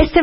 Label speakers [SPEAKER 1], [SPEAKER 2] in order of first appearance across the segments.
[SPEAKER 1] este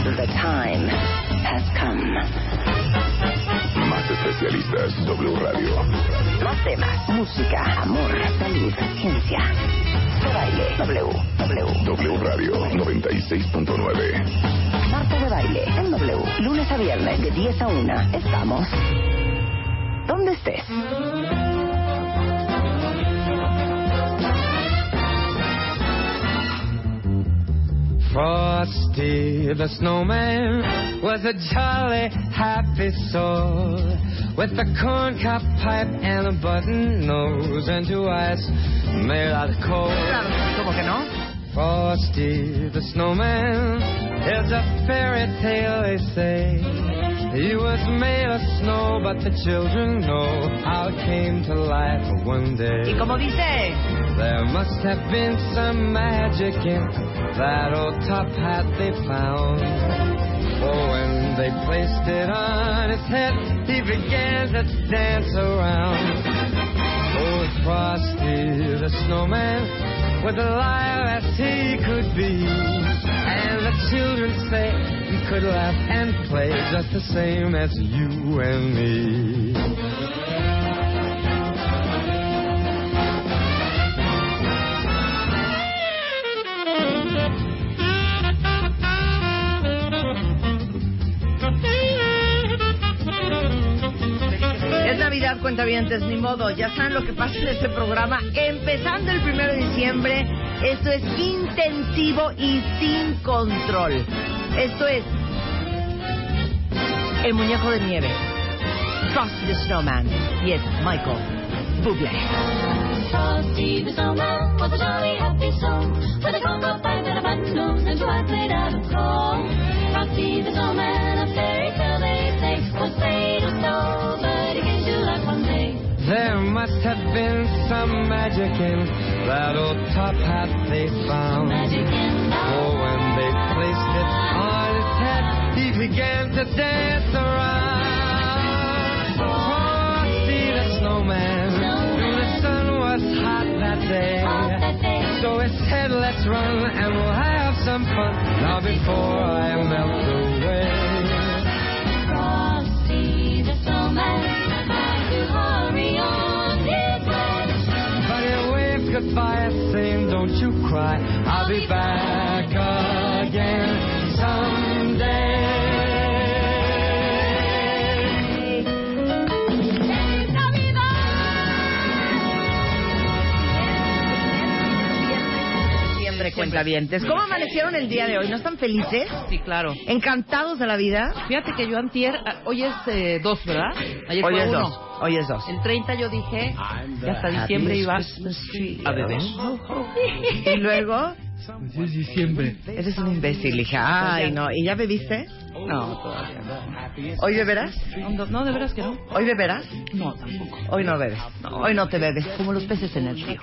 [SPEAKER 2] The time has come.
[SPEAKER 3] Más especialistas, W Radio.
[SPEAKER 2] Más temas, música, amor, salud, ciencia. De baile, W, W.
[SPEAKER 3] W Radio 96.9.
[SPEAKER 2] Marta de baile, en W. Lunes a viernes, de 10 a 1. Estamos. ¿Dónde estés?
[SPEAKER 4] Frosty the snowman was a jolly, happy soul with a corncob pipe and a button nose and two eyes made out of coal.
[SPEAKER 1] ¿Cómo que no?
[SPEAKER 4] Frosty the snowman is a fairy tale, they say. He was made of snow, but the children know how it came to life one day.
[SPEAKER 1] Y como dice,
[SPEAKER 4] There must have been some magic in that old top hat they found. For when they placed it on his head, he began to dance around. Oh, Old Frosty the snowman was alive as he could be. And the children say he could laugh and play just the same as you and me.
[SPEAKER 1] es Navidad, cuentavientes, ni modo. Ya saben lo que pasa en este programa. Empezando el 1 de diciembre, esto es intensivo y sin control. Esto es El Muñeco de Nieve, Frosty the Snowman, y es Michael Bublé.
[SPEAKER 5] Frosty the snowman was a jolly happy soul with a conga pipe and a button nose and two eyes made out of coal. Frosty the snowman, a fairy tale they say, was made of snow, but he came to life one day.
[SPEAKER 4] There must have been some magic in that old top hat they found.
[SPEAKER 5] Magic in
[SPEAKER 4] For when they placed it on his head, he began to dance around. Frosty Oh, the snowman, the sun was hot that day.
[SPEAKER 5] Hot that day.
[SPEAKER 4] So he said, let's run and we'll have some fun now before I melt away.
[SPEAKER 5] Frosty the snowman had to hurry on his way.
[SPEAKER 4] But he waved goodbye, saying, Don't you cry, I'll be back again someday.
[SPEAKER 5] Feliz Navidad!
[SPEAKER 1] Siempre cuentavientes. ¿Cómo amanecieron el día de hoy? ¿No están felices?
[SPEAKER 6] Sí, claro.
[SPEAKER 1] ¿Encantados de la vida?
[SPEAKER 6] Fíjate que yo antier, ah, hoy es eh, dos, ¿verdad? Ayer
[SPEAKER 1] Hoy
[SPEAKER 6] fue
[SPEAKER 1] es
[SPEAKER 6] uno.
[SPEAKER 1] dos. Hoy es dos.
[SPEAKER 6] El 30 yo dije que hasta diciembre iba a beber.
[SPEAKER 1] Y luego,
[SPEAKER 6] Es diciembre.
[SPEAKER 1] eres un imbécil, hija. Ay, no. ¿Y ya bebiste?
[SPEAKER 6] No, todavía no.
[SPEAKER 1] ¿Hoy beberás?
[SPEAKER 6] No, No, de veras que no.
[SPEAKER 1] ¿Hoy beberás?
[SPEAKER 6] No, tampoco.
[SPEAKER 1] Hoy no bebes. Hoy no te bebes. Como los peces en el río.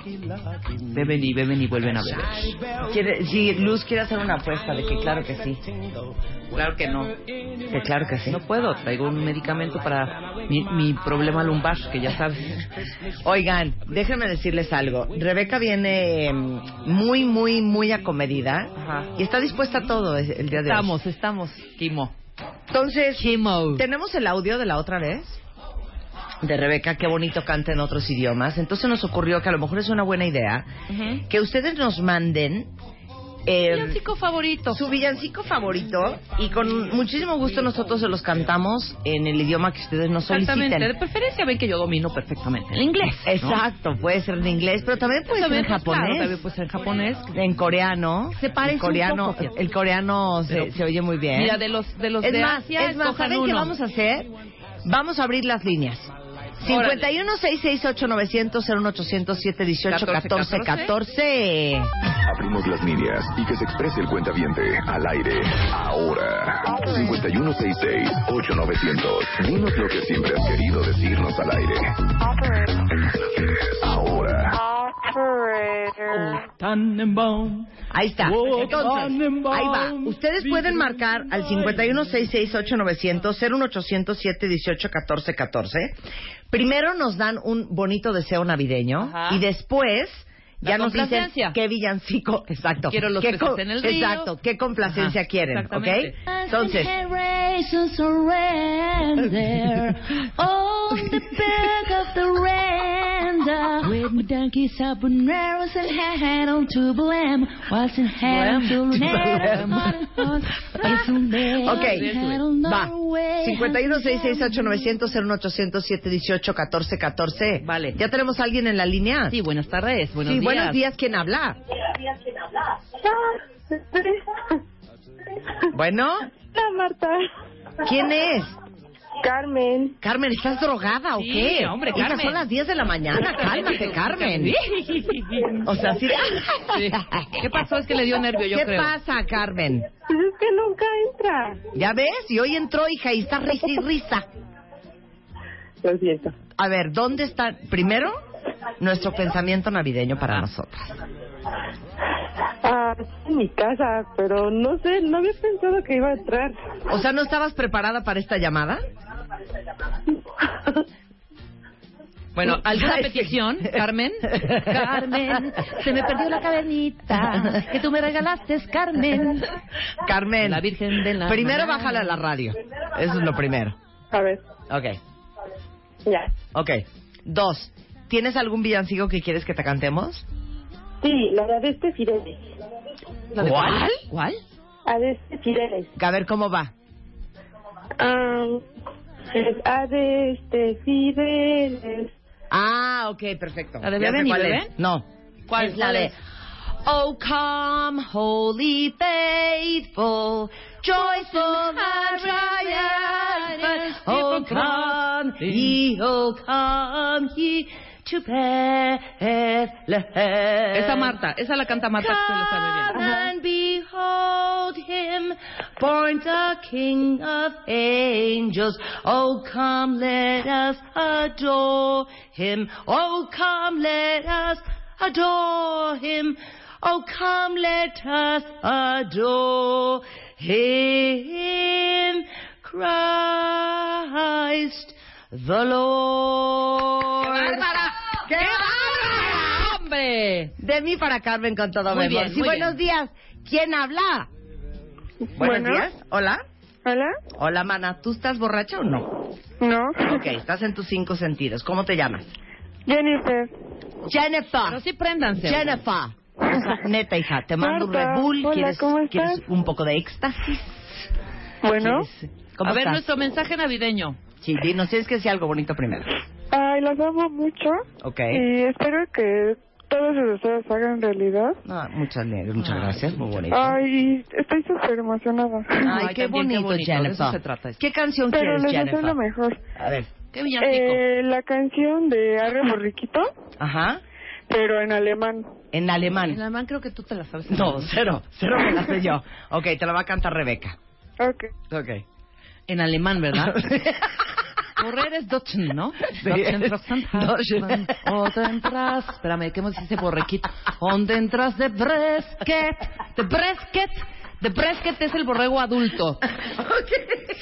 [SPEAKER 6] Beben y beben y vuelven a beber.
[SPEAKER 1] Quiere, si Luz quiere hacer una apuesta de que claro que sí.
[SPEAKER 6] Claro que no.
[SPEAKER 1] Que Eh, claro que sí.
[SPEAKER 6] No puedo. Traigo un medicamento para mi, mi problema lumbar, que ya sabes.
[SPEAKER 1] Oigan, déjenme decirles algo. Rebeca viene em, muy, muy, muy acomedida.
[SPEAKER 6] Ajá.
[SPEAKER 1] Y está dispuesta a todo es- el día de hoy.
[SPEAKER 6] Estamos, estamos. Quimo.
[SPEAKER 1] Entonces,
[SPEAKER 6] Quimo.
[SPEAKER 1] tenemos el audio de la otra vez. De Rebeca, qué bonito canta en otros idiomas. Entonces nos ocurrió que a lo mejor es una buena idea
[SPEAKER 6] Ujú.
[SPEAKER 1] que ustedes nos manden em,
[SPEAKER 6] Villancico favorito.
[SPEAKER 1] su villancico favorito y con muchísimo gusto nosotros se los cantamos en el idioma que ustedes nos
[SPEAKER 6] Exactamente. De
[SPEAKER 1] soliciten.
[SPEAKER 6] preferencia ven que yo domino perfectamente el inglés. ¿no?
[SPEAKER 1] Exacto, puede ser en inglés, pero también puede ser en
[SPEAKER 6] También, pues, claro,
[SPEAKER 1] japonés.
[SPEAKER 6] también puede ser en japonés.
[SPEAKER 1] En coreano.
[SPEAKER 6] Se parece
[SPEAKER 1] el coreano,
[SPEAKER 6] un poco, fíjate.
[SPEAKER 1] el coreano se,
[SPEAKER 6] Pero-
[SPEAKER 1] se oye muy bien.
[SPEAKER 6] Mira, de los de, los
[SPEAKER 1] es
[SPEAKER 6] de
[SPEAKER 1] más,
[SPEAKER 6] Asia,
[SPEAKER 1] es más,
[SPEAKER 6] escojan
[SPEAKER 1] ¿saben qué
[SPEAKER 6] uno.
[SPEAKER 1] vamos a hacer? Vamos a abrir las líneas. 51-668-900-01800-718-1414.
[SPEAKER 3] Abrimos las líneas y que se exprese el cuentaviente al aire. Ahora. 5166-8900. Dinos lo que siempre has querido decirnos al aire. Ahora.
[SPEAKER 7] Tannenbaum.
[SPEAKER 1] Ahí está.
[SPEAKER 7] Oh,
[SPEAKER 1] Entonces,
[SPEAKER 7] Tannenbaum.
[SPEAKER 1] ahí va. Ustedes pueden marcar al 51-668-900-01800-718-1414. Primero nos dan un bonito deseo navideño
[SPEAKER 6] Ajá.
[SPEAKER 1] y después
[SPEAKER 6] La
[SPEAKER 1] ya nos dicen
[SPEAKER 6] complacencia.
[SPEAKER 1] qué villancico, exacto,
[SPEAKER 6] Quiero los
[SPEAKER 1] qué
[SPEAKER 6] peces
[SPEAKER 1] co-
[SPEAKER 6] en el río.
[SPEAKER 1] exacto, qué complacencia
[SPEAKER 6] Ajá,
[SPEAKER 1] quieren, ¿ok?
[SPEAKER 6] exactamente.
[SPEAKER 1] Entonces,
[SPEAKER 5] Generation surrender. Oh, the back of the render. With my donkey's up and narrows and head on to blame. Whilst in hand
[SPEAKER 6] Blam.
[SPEAKER 5] to
[SPEAKER 1] Blam.
[SPEAKER 5] render. Es un dedo.
[SPEAKER 1] Ok, va. 51 668
[SPEAKER 5] 900
[SPEAKER 1] 900 01800 718 1414
[SPEAKER 6] Vale.
[SPEAKER 1] ¿Ya tenemos a alguien en la línea?
[SPEAKER 6] Sí, buenas tardes, buenos
[SPEAKER 1] Sí,
[SPEAKER 6] días.
[SPEAKER 1] buenos días. ¿Quién habla? Bueno,
[SPEAKER 8] Hola Marta.
[SPEAKER 1] ¿quién es?
[SPEAKER 8] Carmen.
[SPEAKER 1] Carmen, ¿estás drogada o
[SPEAKER 6] Sí,
[SPEAKER 1] qué?
[SPEAKER 6] hombre,
[SPEAKER 1] Hija,
[SPEAKER 6] Carmen.
[SPEAKER 1] son las 10 de la mañana, cálmate, Carmen. O sea, sí.
[SPEAKER 6] Sí. ¿Qué pasó? Es que le dio nervio, yo
[SPEAKER 1] ¿Qué
[SPEAKER 6] creo.
[SPEAKER 1] pasa, Carmen?
[SPEAKER 8] Pues es que nunca entra.
[SPEAKER 1] ¿Ya ves? Y hoy entró, hija, y está risa y risa.
[SPEAKER 8] Lo siento.
[SPEAKER 1] A ver, ¿dónde está? Primero, nuestro pensamiento navideño para nosotras.
[SPEAKER 8] Ah, está en mi casa, pero no sé, no había pensado que iba a entrar.
[SPEAKER 1] O sea, ¿no estabas preparada para esta llamada?
[SPEAKER 6] Bueno, ¿alguna
[SPEAKER 1] Ay, sí.
[SPEAKER 6] petición, Carmen?
[SPEAKER 1] Carmen, se me perdió la
[SPEAKER 5] cadenita que tú me regalaste, Carmen.
[SPEAKER 1] Carmen,
[SPEAKER 6] La Virgen de la
[SPEAKER 1] primero
[SPEAKER 6] Maná.
[SPEAKER 1] bájala a la radio. Eso es lo primero.
[SPEAKER 8] A ver,
[SPEAKER 1] Ok,
[SPEAKER 8] ya.
[SPEAKER 1] ok. Dos, ¿tienes algún villancico que quieres que te cantemos?
[SPEAKER 8] Sí, la de este Fidelis.
[SPEAKER 6] ¿La de
[SPEAKER 1] ¿Cuál?
[SPEAKER 6] ¿Cuál?
[SPEAKER 8] Adeste Fidelis.
[SPEAKER 1] A ver cómo va.
[SPEAKER 8] Ah, es Adeste Fidelis.
[SPEAKER 1] Ah, ok, perfecto.
[SPEAKER 6] ¿La de
[SPEAKER 1] Ya
[SPEAKER 6] Bebe
[SPEAKER 1] sé
[SPEAKER 6] mi
[SPEAKER 1] cuál
[SPEAKER 6] bebé?
[SPEAKER 1] es. No.
[SPEAKER 6] ¿Cuál?
[SPEAKER 1] Es la de Oh come, holy faithful, joyful and triumphant. Oh come, ye, oh come, ye to Bethlehem.
[SPEAKER 6] Esa Marta, esa la canta Marta, que se la sabe
[SPEAKER 1] Come
[SPEAKER 6] bien.
[SPEAKER 1] and behold him, born the King of angels. Oh, come, let us adore him. Oh, come, let us adore him. Oh, come, let us adore him. Christ the Lord.
[SPEAKER 6] bárbara!
[SPEAKER 1] ¡Qué bárbara!
[SPEAKER 6] ¡Hombre!
[SPEAKER 1] De mí para Carmen con todo mi
[SPEAKER 6] Muy
[SPEAKER 1] amor.
[SPEAKER 6] bien,
[SPEAKER 1] Sí,
[SPEAKER 6] muy
[SPEAKER 1] buenos días. ¿Quién habla?
[SPEAKER 8] Bueno.
[SPEAKER 1] Hola.
[SPEAKER 8] ¿Hola?
[SPEAKER 1] Hola, mana. ¿Tú estás borracha o no?
[SPEAKER 8] No.
[SPEAKER 1] Ok, estás en tus cinco sentidos. ¿Cómo te llamas?
[SPEAKER 8] Jennifer.
[SPEAKER 6] Pero
[SPEAKER 1] Jennifer.
[SPEAKER 6] sí préndanse.
[SPEAKER 1] Jennifer. Hija, Neta, hija, te mando un
[SPEAKER 8] Marta,
[SPEAKER 1] Red Bull.
[SPEAKER 8] hola,
[SPEAKER 1] ¿Quieres,
[SPEAKER 8] ¿cómo estás?
[SPEAKER 1] quieres un poco de éxtasis?
[SPEAKER 8] Bueno.
[SPEAKER 1] ¿Quieres- ¿Cómo
[SPEAKER 6] A ver,
[SPEAKER 1] estás?
[SPEAKER 6] nuestro mensaje navideño.
[SPEAKER 1] Sí, dinos, tienes que decir algo bonito primero.
[SPEAKER 8] Ay, los amo mucho.
[SPEAKER 1] Ok.
[SPEAKER 8] Y espero que todos sus deseos se hagan realidad.
[SPEAKER 1] Ah, muchas muchas gracias, muy bonito.
[SPEAKER 8] Ay, estoy súper emocionada.
[SPEAKER 1] Ay, qué,
[SPEAKER 6] Ay, también, qué
[SPEAKER 1] bonito,
[SPEAKER 6] bonito, de
[SPEAKER 1] Jennifer.
[SPEAKER 6] eso se trata esto.
[SPEAKER 1] ¿Qué canción
[SPEAKER 8] Pero
[SPEAKER 1] Ah, quieres,
[SPEAKER 8] les deseo
[SPEAKER 1] Jennifer?
[SPEAKER 8] lo mejor.
[SPEAKER 1] A ver,
[SPEAKER 6] ¡Qué villancico!
[SPEAKER 8] Eh, la canción de Arre Borriquito,
[SPEAKER 1] ajá,
[SPEAKER 8] pero en alemán.
[SPEAKER 1] en alemán.
[SPEAKER 6] En alemán creo que tú te la sabes.
[SPEAKER 1] No, cero, cero me la sé yo. Ok, te la va a cantar Rebeca.
[SPEAKER 8] Ok.
[SPEAKER 1] Ok.
[SPEAKER 6] En alemán, ¿verdad? Correr es Deutschen, ¿no?
[SPEAKER 1] Sí.
[SPEAKER 6] Deutschen Trassen,
[SPEAKER 1] Deutschen.
[SPEAKER 6] O te entras, espérame, ¿qué más dice borrequito? ¿Dónde entras de bresket? De bresket. De bresket es el borrego adulto.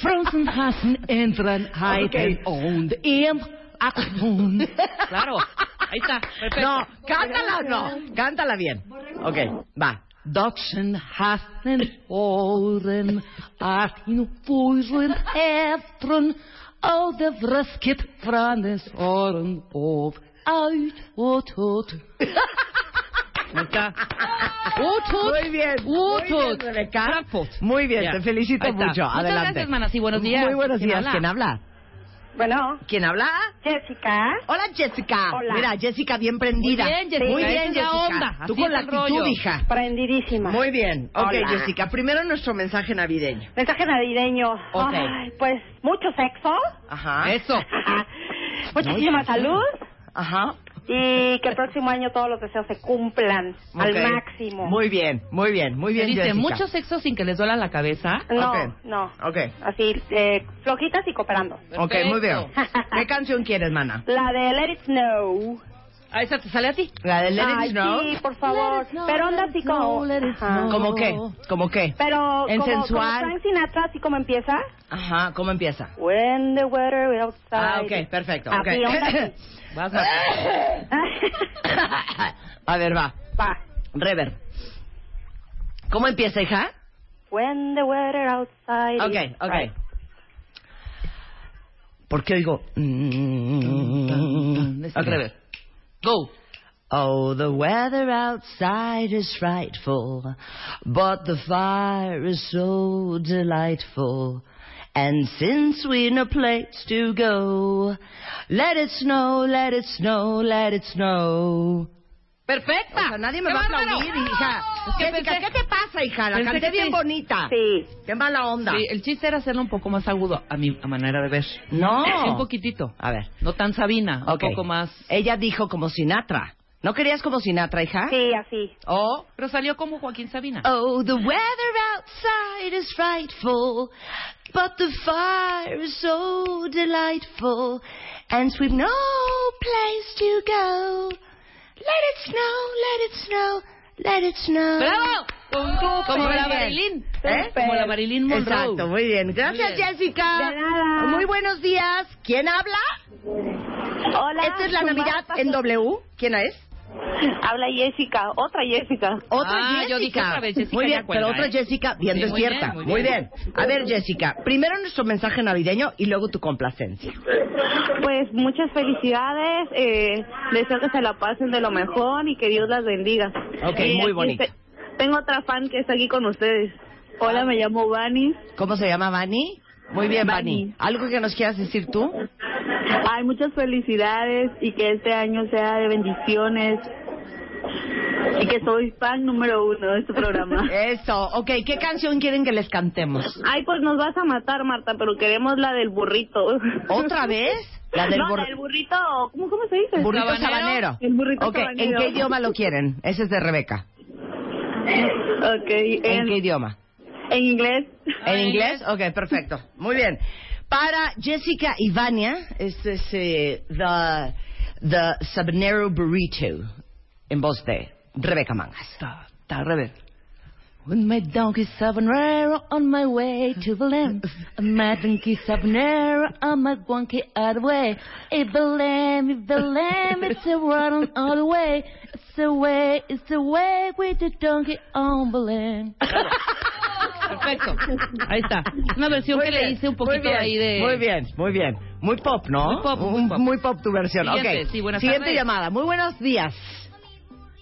[SPEAKER 6] Frozen Hasen entran Heiden und im Achtung. Claro, ahí está. Perfecto.
[SPEAKER 1] No, cántala, no, cántala bien. Ok, va.
[SPEAKER 6] Dotsen hasten oren, achten fuhren eftren, al de vreskit franes oren op, uit otot. Otot.
[SPEAKER 1] Muy bien, muy bien,
[SPEAKER 6] Otot.
[SPEAKER 1] Rebeca.
[SPEAKER 6] Frankfurt.
[SPEAKER 1] Muy bien,
[SPEAKER 6] Ya.
[SPEAKER 1] te felicito
[SPEAKER 6] Ahí está.
[SPEAKER 1] mucho.
[SPEAKER 6] Muchas
[SPEAKER 1] Adelante.
[SPEAKER 6] gracias, manas, y buenos días.
[SPEAKER 1] Muy buenos
[SPEAKER 6] ¿Quién
[SPEAKER 1] días.
[SPEAKER 6] habla?
[SPEAKER 1] ¿Quién habla?
[SPEAKER 8] Bueno,
[SPEAKER 1] ¿Quién habla?
[SPEAKER 8] Jessica.
[SPEAKER 1] Hola, Jessica.
[SPEAKER 8] Hola.
[SPEAKER 1] Mira, Jessica bien prendida.
[SPEAKER 6] Muy bien, Jessica,
[SPEAKER 1] Muy bien,
[SPEAKER 6] esa es la
[SPEAKER 1] Jessica.
[SPEAKER 6] onda,
[SPEAKER 1] Tú
[SPEAKER 6] así
[SPEAKER 1] con
[SPEAKER 6] es
[SPEAKER 1] la
[SPEAKER 6] el
[SPEAKER 1] actitud,
[SPEAKER 6] rollo.
[SPEAKER 1] hija.
[SPEAKER 8] Prendidísima.
[SPEAKER 1] Muy bien. Ok,
[SPEAKER 8] Hola.
[SPEAKER 1] Jessica, primero nuestro mensaje navideño.
[SPEAKER 8] Mensaje navideño.
[SPEAKER 1] Ok.
[SPEAKER 8] Ay, pues mucho sexo.
[SPEAKER 1] Ajá.
[SPEAKER 6] Eso.
[SPEAKER 7] Muchísima Pues salud
[SPEAKER 1] Ajá.
[SPEAKER 7] y que el próximo año todos los deseos se cumplan
[SPEAKER 1] Ok.
[SPEAKER 7] al máximo.
[SPEAKER 1] Muy bien, muy bien, muy bien.
[SPEAKER 6] dice,
[SPEAKER 1] Jessica.
[SPEAKER 6] mucho sexo sin que les duela la cabeza.
[SPEAKER 7] no,
[SPEAKER 1] Ok.
[SPEAKER 7] no.
[SPEAKER 1] Ok.
[SPEAKER 7] Así, eh, flojitas y cooperando.
[SPEAKER 1] Ok, muy bien.
[SPEAKER 7] Perfecto.
[SPEAKER 1] ¿Qué canción quieres, mana?
[SPEAKER 7] La de Let It Snow.
[SPEAKER 6] ¿A esa te sale a ti?
[SPEAKER 1] La de Let It
[SPEAKER 7] Ay,
[SPEAKER 1] Snow.
[SPEAKER 7] sí, por favor.
[SPEAKER 6] Let it snow,
[SPEAKER 7] Pero onda
[SPEAKER 6] let it
[SPEAKER 7] así
[SPEAKER 6] snow,
[SPEAKER 7] como...
[SPEAKER 6] let it
[SPEAKER 7] Ajá.
[SPEAKER 6] snow.
[SPEAKER 1] ¿Cómo qué? ¿Cómo qué?
[SPEAKER 7] Pero
[SPEAKER 1] En
[SPEAKER 7] como,
[SPEAKER 1] sensual.
[SPEAKER 7] como Frank Sinatra, así como empieza.
[SPEAKER 1] Ajá, ¿cómo empieza?
[SPEAKER 7] When the weather is outside.
[SPEAKER 1] Ah, ok, perfecto. ok.
[SPEAKER 7] Así, onda así.
[SPEAKER 6] Vas, Marta.
[SPEAKER 1] A ver, va.
[SPEAKER 7] Va.
[SPEAKER 1] Rever. ¿Cómo empieza, hija?
[SPEAKER 7] When the weather outside.
[SPEAKER 1] Ok,
[SPEAKER 7] is
[SPEAKER 1] ok.
[SPEAKER 7] bright.
[SPEAKER 1] ¿Por qué oigo? Mm,
[SPEAKER 6] Es
[SPEAKER 1] ok.
[SPEAKER 6] rever. Go.
[SPEAKER 1] Oh, the weather outside is frightful, but the fire is so delightful. And since we've no place to go, let it snow, let it snow, let it snow.
[SPEAKER 6] Perfecta.
[SPEAKER 1] O sea, nadie me va a aplaudir, hija.
[SPEAKER 6] Es que
[SPEAKER 1] Jessica,
[SPEAKER 6] pensé-
[SPEAKER 1] ¿qué te pasa, hija? La
[SPEAKER 6] pensé
[SPEAKER 1] canté
[SPEAKER 6] que
[SPEAKER 1] bien
[SPEAKER 6] te-
[SPEAKER 1] bonita.
[SPEAKER 7] Sí.
[SPEAKER 1] Qué mala onda.
[SPEAKER 6] Sí, el chiste era hacerlo un poco más agudo, a mi a manera de ver. Eh,
[SPEAKER 1] No.
[SPEAKER 6] Un poquitito.
[SPEAKER 1] A ver.
[SPEAKER 6] No tan Sabina,
[SPEAKER 1] Ok. Eh.
[SPEAKER 6] un poco más.
[SPEAKER 1] Ella dijo como Sinatra. ¿No querías como Sinatra, hija?
[SPEAKER 7] Sí, así.
[SPEAKER 1] O
[SPEAKER 6] Oh, Pero salió como Joaquín Sabina.
[SPEAKER 1] Oh, the weather outside is frightful, but the fire is so delightful, and we've no place to go. Let it snow, let it snow, let it snow.
[SPEAKER 6] ¡Bravo! Como
[SPEAKER 1] Muy
[SPEAKER 6] la
[SPEAKER 1] bien.
[SPEAKER 6] Marilyn.
[SPEAKER 1] ¿Eh?
[SPEAKER 6] Como la Marilyn Monroe.
[SPEAKER 1] Exacto, muy bien. Gracias,
[SPEAKER 6] Muy bien.
[SPEAKER 1] Jessica.
[SPEAKER 7] De nada.
[SPEAKER 1] Muy buenos días. ¿Quién habla?
[SPEAKER 9] Hola.
[SPEAKER 1] ¿Esta es la
[SPEAKER 9] Zumba.
[SPEAKER 1] Navidad en W? ¿Quién es?
[SPEAKER 9] Habla Jessica, otra Jessica.
[SPEAKER 1] Otra
[SPEAKER 6] Ah,
[SPEAKER 1] Jessica.
[SPEAKER 6] yo dije otra vez, Jessica
[SPEAKER 1] muy
[SPEAKER 6] ya
[SPEAKER 1] bien,
[SPEAKER 6] cuelga,
[SPEAKER 1] pero otra
[SPEAKER 6] ¿eh?
[SPEAKER 1] Jessica bien
[SPEAKER 6] Sí, muy
[SPEAKER 1] despierta. Muy
[SPEAKER 6] bien,
[SPEAKER 1] bien,
[SPEAKER 6] muy
[SPEAKER 1] A ver, Jessica, primero nuestro mensaje navideño y luego tu complacencia.
[SPEAKER 9] Pues muchas felicidades. Eh, deseo que se la pasen de lo mejor y que Dios las bendiga.
[SPEAKER 1] Ok,
[SPEAKER 9] Y
[SPEAKER 1] muy
[SPEAKER 9] aquí
[SPEAKER 1] bonito.
[SPEAKER 9] este- Tengo otra fan que está aquí con ustedes. Hola, me llamo Vani.
[SPEAKER 1] ¿Cómo se llama, Vani? Muy bien, Vani.
[SPEAKER 9] Vani.
[SPEAKER 1] ¿Algo que nos quieras decir tú?
[SPEAKER 9] Hay muchas felicidades y que este año sea de bendiciones. Y que soy fan número uno de este programa.
[SPEAKER 1] Eso. Ok, ¿qué canción quieren que les cantemos?
[SPEAKER 9] Ay, pues nos vas a matar, Marta, pero queremos la del burrito.
[SPEAKER 1] ¿Otra vez? La del
[SPEAKER 9] no,
[SPEAKER 1] bur-
[SPEAKER 9] la del burrito, ¿cómo, cómo se dice?
[SPEAKER 1] burrito
[SPEAKER 6] ¿Sabanero?
[SPEAKER 1] sabanero.
[SPEAKER 9] El burrito
[SPEAKER 1] ok, ¿en
[SPEAKER 9] sabanero.
[SPEAKER 1] qué idioma lo quieren? Ese es de Rebeca.
[SPEAKER 9] Ok,
[SPEAKER 1] ¿En
[SPEAKER 9] en,
[SPEAKER 1] qué idioma?
[SPEAKER 9] en inglés.
[SPEAKER 6] Ah,
[SPEAKER 1] ¿En inglés? Ok, perfecto. Muy bien. Para Jessica y Vania, este es eh, The, the Sabanero Burrito, en voz de Rebeca Mangas.
[SPEAKER 6] Está, está al revés. With my donkey sabanero on my way to Belém. My donkey sabanero on my donkey all the way. Hey, Belém, hey, Belém, it's a run all the way. It's the way, it's the way with the donkey on Belém. Perfecto. Ahí está. Una versión que le hice un poquito
[SPEAKER 1] muy bien,
[SPEAKER 6] ahí de...
[SPEAKER 1] Muy bien, muy bien. Muy pop, ¿no?
[SPEAKER 6] Muy pop, muy
[SPEAKER 1] Un-
[SPEAKER 6] pop.
[SPEAKER 1] tu versión.
[SPEAKER 6] Siguiente,
[SPEAKER 1] ok.
[SPEAKER 6] sí, buenas
[SPEAKER 1] Siguiente
[SPEAKER 6] tardes.
[SPEAKER 1] llamada. Muy buenos días.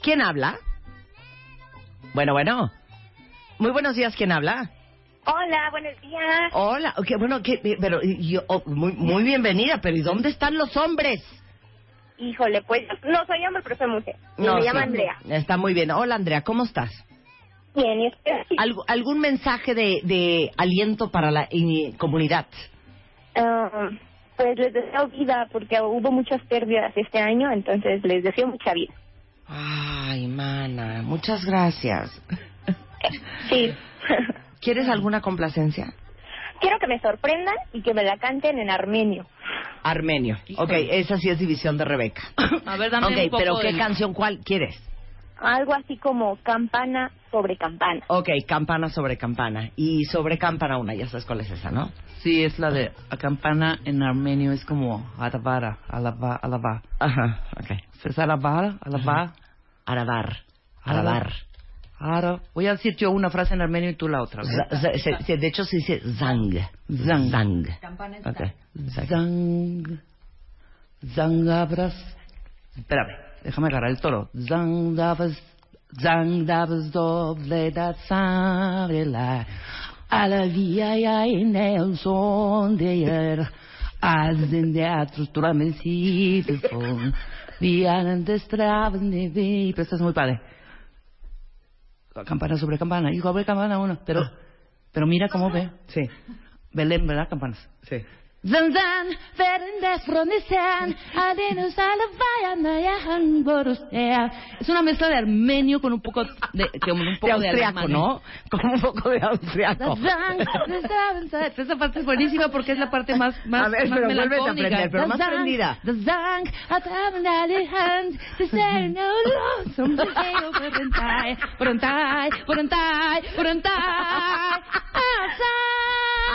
[SPEAKER 1] ¿Quién habla? Bueno, bueno. Muy buenos días, ¿quién habla?
[SPEAKER 10] Hola, buenos días.
[SPEAKER 1] Hola, ok, bueno, que, pero y- yo, oh, muy, muy bienvenida, pero ¿y dónde están los hombres?
[SPEAKER 10] Híjole, pues no soy hombre, pero soy mujer. Y
[SPEAKER 1] No,
[SPEAKER 10] me llamo
[SPEAKER 1] sí.
[SPEAKER 10] Andrea.
[SPEAKER 1] Está muy bien. Hola, Andrea, ¿cómo estás?
[SPEAKER 10] Bien, ¿y usted?
[SPEAKER 1] ¿Alg- ¿Algún mensaje de, de aliento para la eh, comunidad?
[SPEAKER 10] Ah, pues les deseo vida porque hubo muchas pérdidas este año, entonces les deseo mucha vida.
[SPEAKER 1] Ay, mana, muchas gracias.
[SPEAKER 10] Sí.
[SPEAKER 1] ¿Quieres alguna complacencia?
[SPEAKER 10] Quiero que me sorprendan y que me la canten en armenio.
[SPEAKER 1] Armenio. Ok, esa sí es división de Rebeca.
[SPEAKER 6] A ver, dame
[SPEAKER 1] Ok,
[SPEAKER 6] un poco
[SPEAKER 1] pero ¿qué
[SPEAKER 6] del-
[SPEAKER 1] canción cuál quieres?
[SPEAKER 10] Algo así como campana sobre campana.
[SPEAKER 1] Ok, campana sobre campana. Y sobre campana una, ya sabes cuál es esa, ¿no?
[SPEAKER 6] Sí, es la de a campana en armenio, es como alabara, alaba, alaba.
[SPEAKER 1] Ajá, ok.
[SPEAKER 6] Es alabara, alaba,
[SPEAKER 1] Arabar.
[SPEAKER 6] alabar.
[SPEAKER 1] Arabar.
[SPEAKER 6] Ara. Voy a decir yo una frase en armenio y tú la otra. ¿ok?
[SPEAKER 1] Z- z- se- se- de hecho se dice zang. Zang. Zang. Campana
[SPEAKER 6] Zang, zangabras. Espérame, déjame agarrar el toro. Zangabras, zangabras doble da sabre la. A la vía ya en el son de ayer. Hacen de atrustura mencibe son. Vianan de estraven de vi. Pero estás muy padre. Campana sobre campana. Hijo, abre campana uno. Pero, pero mira cómo ve.
[SPEAKER 1] Sí,
[SPEAKER 6] Belén, ¿verdad? Campanas.
[SPEAKER 1] sí.
[SPEAKER 5] Zan zan, verin desfronisean, adinus alavayan, mayahan borusea.
[SPEAKER 6] Es una mezcla de armenio con un poco de, como un poco de,
[SPEAKER 5] austriaco,
[SPEAKER 6] alemán, ¿eh?
[SPEAKER 5] ¿no?
[SPEAKER 6] Con un poco de austriaco.
[SPEAKER 5] Zan zan, zan zan.
[SPEAKER 6] Esa parte es buenísima porque es la parte más más
[SPEAKER 5] A ver,
[SPEAKER 6] más
[SPEAKER 5] pero vuélvete a
[SPEAKER 6] melancónica.
[SPEAKER 5] aprender, pero más
[SPEAKER 6] Zan, zan,
[SPEAKER 5] prendida.
[SPEAKER 6] The zank, a tabla de hand, the say no lonesome, the say no parentai, parentai, parentai, parentai.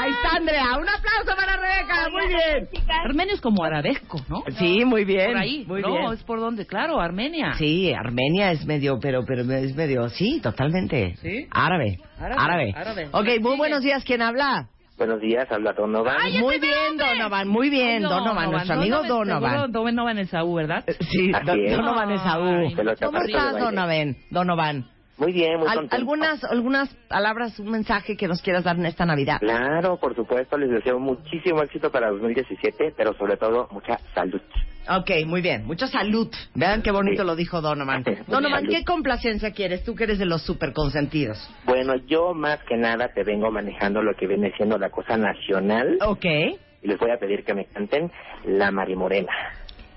[SPEAKER 5] Ahí está Andrea, un aplauso para Rebeca, muy bien.
[SPEAKER 6] Armenio es como arabesco, ¿no?
[SPEAKER 1] Sí, muy bien.
[SPEAKER 6] Por ahí,
[SPEAKER 1] muy
[SPEAKER 6] no,
[SPEAKER 1] bien.
[SPEAKER 6] es por donde, claro, Armenia.
[SPEAKER 1] Sí, Armenia es medio, pero, pero es medio, sí, totalmente.
[SPEAKER 6] ¿Sí?
[SPEAKER 1] Árabe.
[SPEAKER 6] Árabe,
[SPEAKER 1] Árabe.
[SPEAKER 6] árabe.
[SPEAKER 1] Ok, muy buenos días, ¿quién habla?
[SPEAKER 11] Buenos días, habla Donovan.
[SPEAKER 1] muy bien, Donovan, muy bien,
[SPEAKER 6] No,
[SPEAKER 1] Donovan, nuestro amigo
[SPEAKER 6] seguro
[SPEAKER 1] Donovan.
[SPEAKER 6] Donovan Esaú,
[SPEAKER 5] Eh,
[SPEAKER 6] ¿verdad?
[SPEAKER 1] Sí,
[SPEAKER 11] Así
[SPEAKER 1] Don-
[SPEAKER 11] es.
[SPEAKER 1] Donovan
[SPEAKER 6] Ay,
[SPEAKER 1] Esaú.
[SPEAKER 11] Se lo
[SPEAKER 1] ¿Cómo
[SPEAKER 11] tapaste de
[SPEAKER 1] estás,
[SPEAKER 11] baile.
[SPEAKER 1] Donovan? Donovan.
[SPEAKER 11] Muy bien, muy
[SPEAKER 1] Al-
[SPEAKER 11] contento.
[SPEAKER 1] algunas, algunas palabras, un mensaje que nos quieras dar en esta Navidad.
[SPEAKER 11] Claro, por supuesto, les deseo muchísimo éxito para 2017, pero sobre todo mucha salud.
[SPEAKER 1] Ok, muy bien. Mucha salud. Vean qué bonito
[SPEAKER 11] Sí.
[SPEAKER 1] lo dijo Donovan.
[SPEAKER 11] Mucha
[SPEAKER 1] Donovan,
[SPEAKER 11] salud.
[SPEAKER 1] ¿qué complacencia quieres? Tú que eres de los super consentidos.
[SPEAKER 11] Bueno, yo más que nada te vengo manejando lo que viene siendo la cosa nacional
[SPEAKER 1] Ok.
[SPEAKER 11] y les voy a pedir que me canten La Marimorena.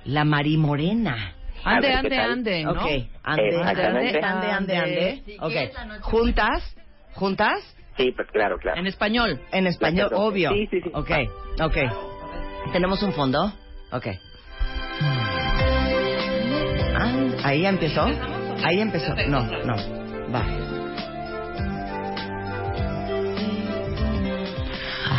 [SPEAKER 1] La Marimorena.
[SPEAKER 11] A
[SPEAKER 6] Ande,
[SPEAKER 11] ver,
[SPEAKER 6] ande,
[SPEAKER 11] ¿qué tal?
[SPEAKER 6] ande, ¿no?
[SPEAKER 1] Ok. Ande, ande, ande,
[SPEAKER 11] Eh, Exactamente.
[SPEAKER 1] ande, ande, ande.
[SPEAKER 6] Si
[SPEAKER 1] Ok.
[SPEAKER 6] quieres, anoche-
[SPEAKER 1] Juntas, juntas,
[SPEAKER 11] Sí, pues claro, claro.
[SPEAKER 6] En español.
[SPEAKER 1] en español,
[SPEAKER 11] Las dos.
[SPEAKER 1] obvio.
[SPEAKER 11] Sí, sí, sí.
[SPEAKER 1] Ok, ok. ¿Tenemos un fondo? Ok. Ah, ahí ya empezó. Ahí empezó. No, no. Va.